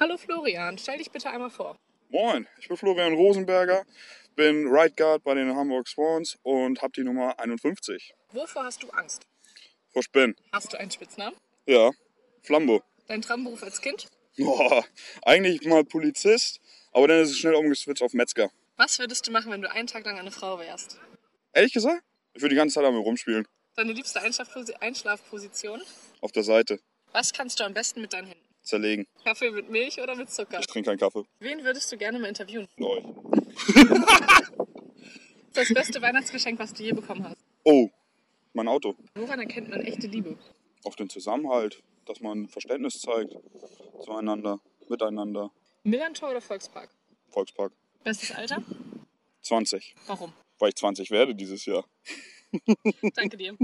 Hallo Florian, stell dich bitte einmal vor. Moin, ich bin Florian Rosenberger, bin Right Guard bei den Hamburg Swans und habe die Nummer 51. Wovor hast du Angst? Vor Spinn. Hast du einen Spitznamen? Ja, Flambo. Dein Traumberuf als Kind? Boah, eigentlich mal Polizist, aber dann ist es schnell umgeswitcht auf Metzger. Was würdest du machen, wenn du einen Tag lang eine Frau wärst? Ehrlich gesagt, ich würde die ganze Zeit an mir rumspielen. Deine liebste Einschlafposi- Einschlafposition? Auf der Seite. Was kannst du am besten mit deinen Händen? Zerlegen. Kaffee mit Milch oder mit Zucker? Ich trinke keinen Kaffee. Wen würdest du gerne mal interviewen? Neu. Das beste Weihnachtsgeschenk, was du je bekommen hast. Oh, mein Auto. Woran erkennt man echte Liebe? Auf den Zusammenhalt, dass man Verständnis zeigt. Zueinander, miteinander. Millantor oder Volkspark? Volkspark. Bestes Alter? 20. Warum? Weil ich 20 werde dieses Jahr. Danke dir.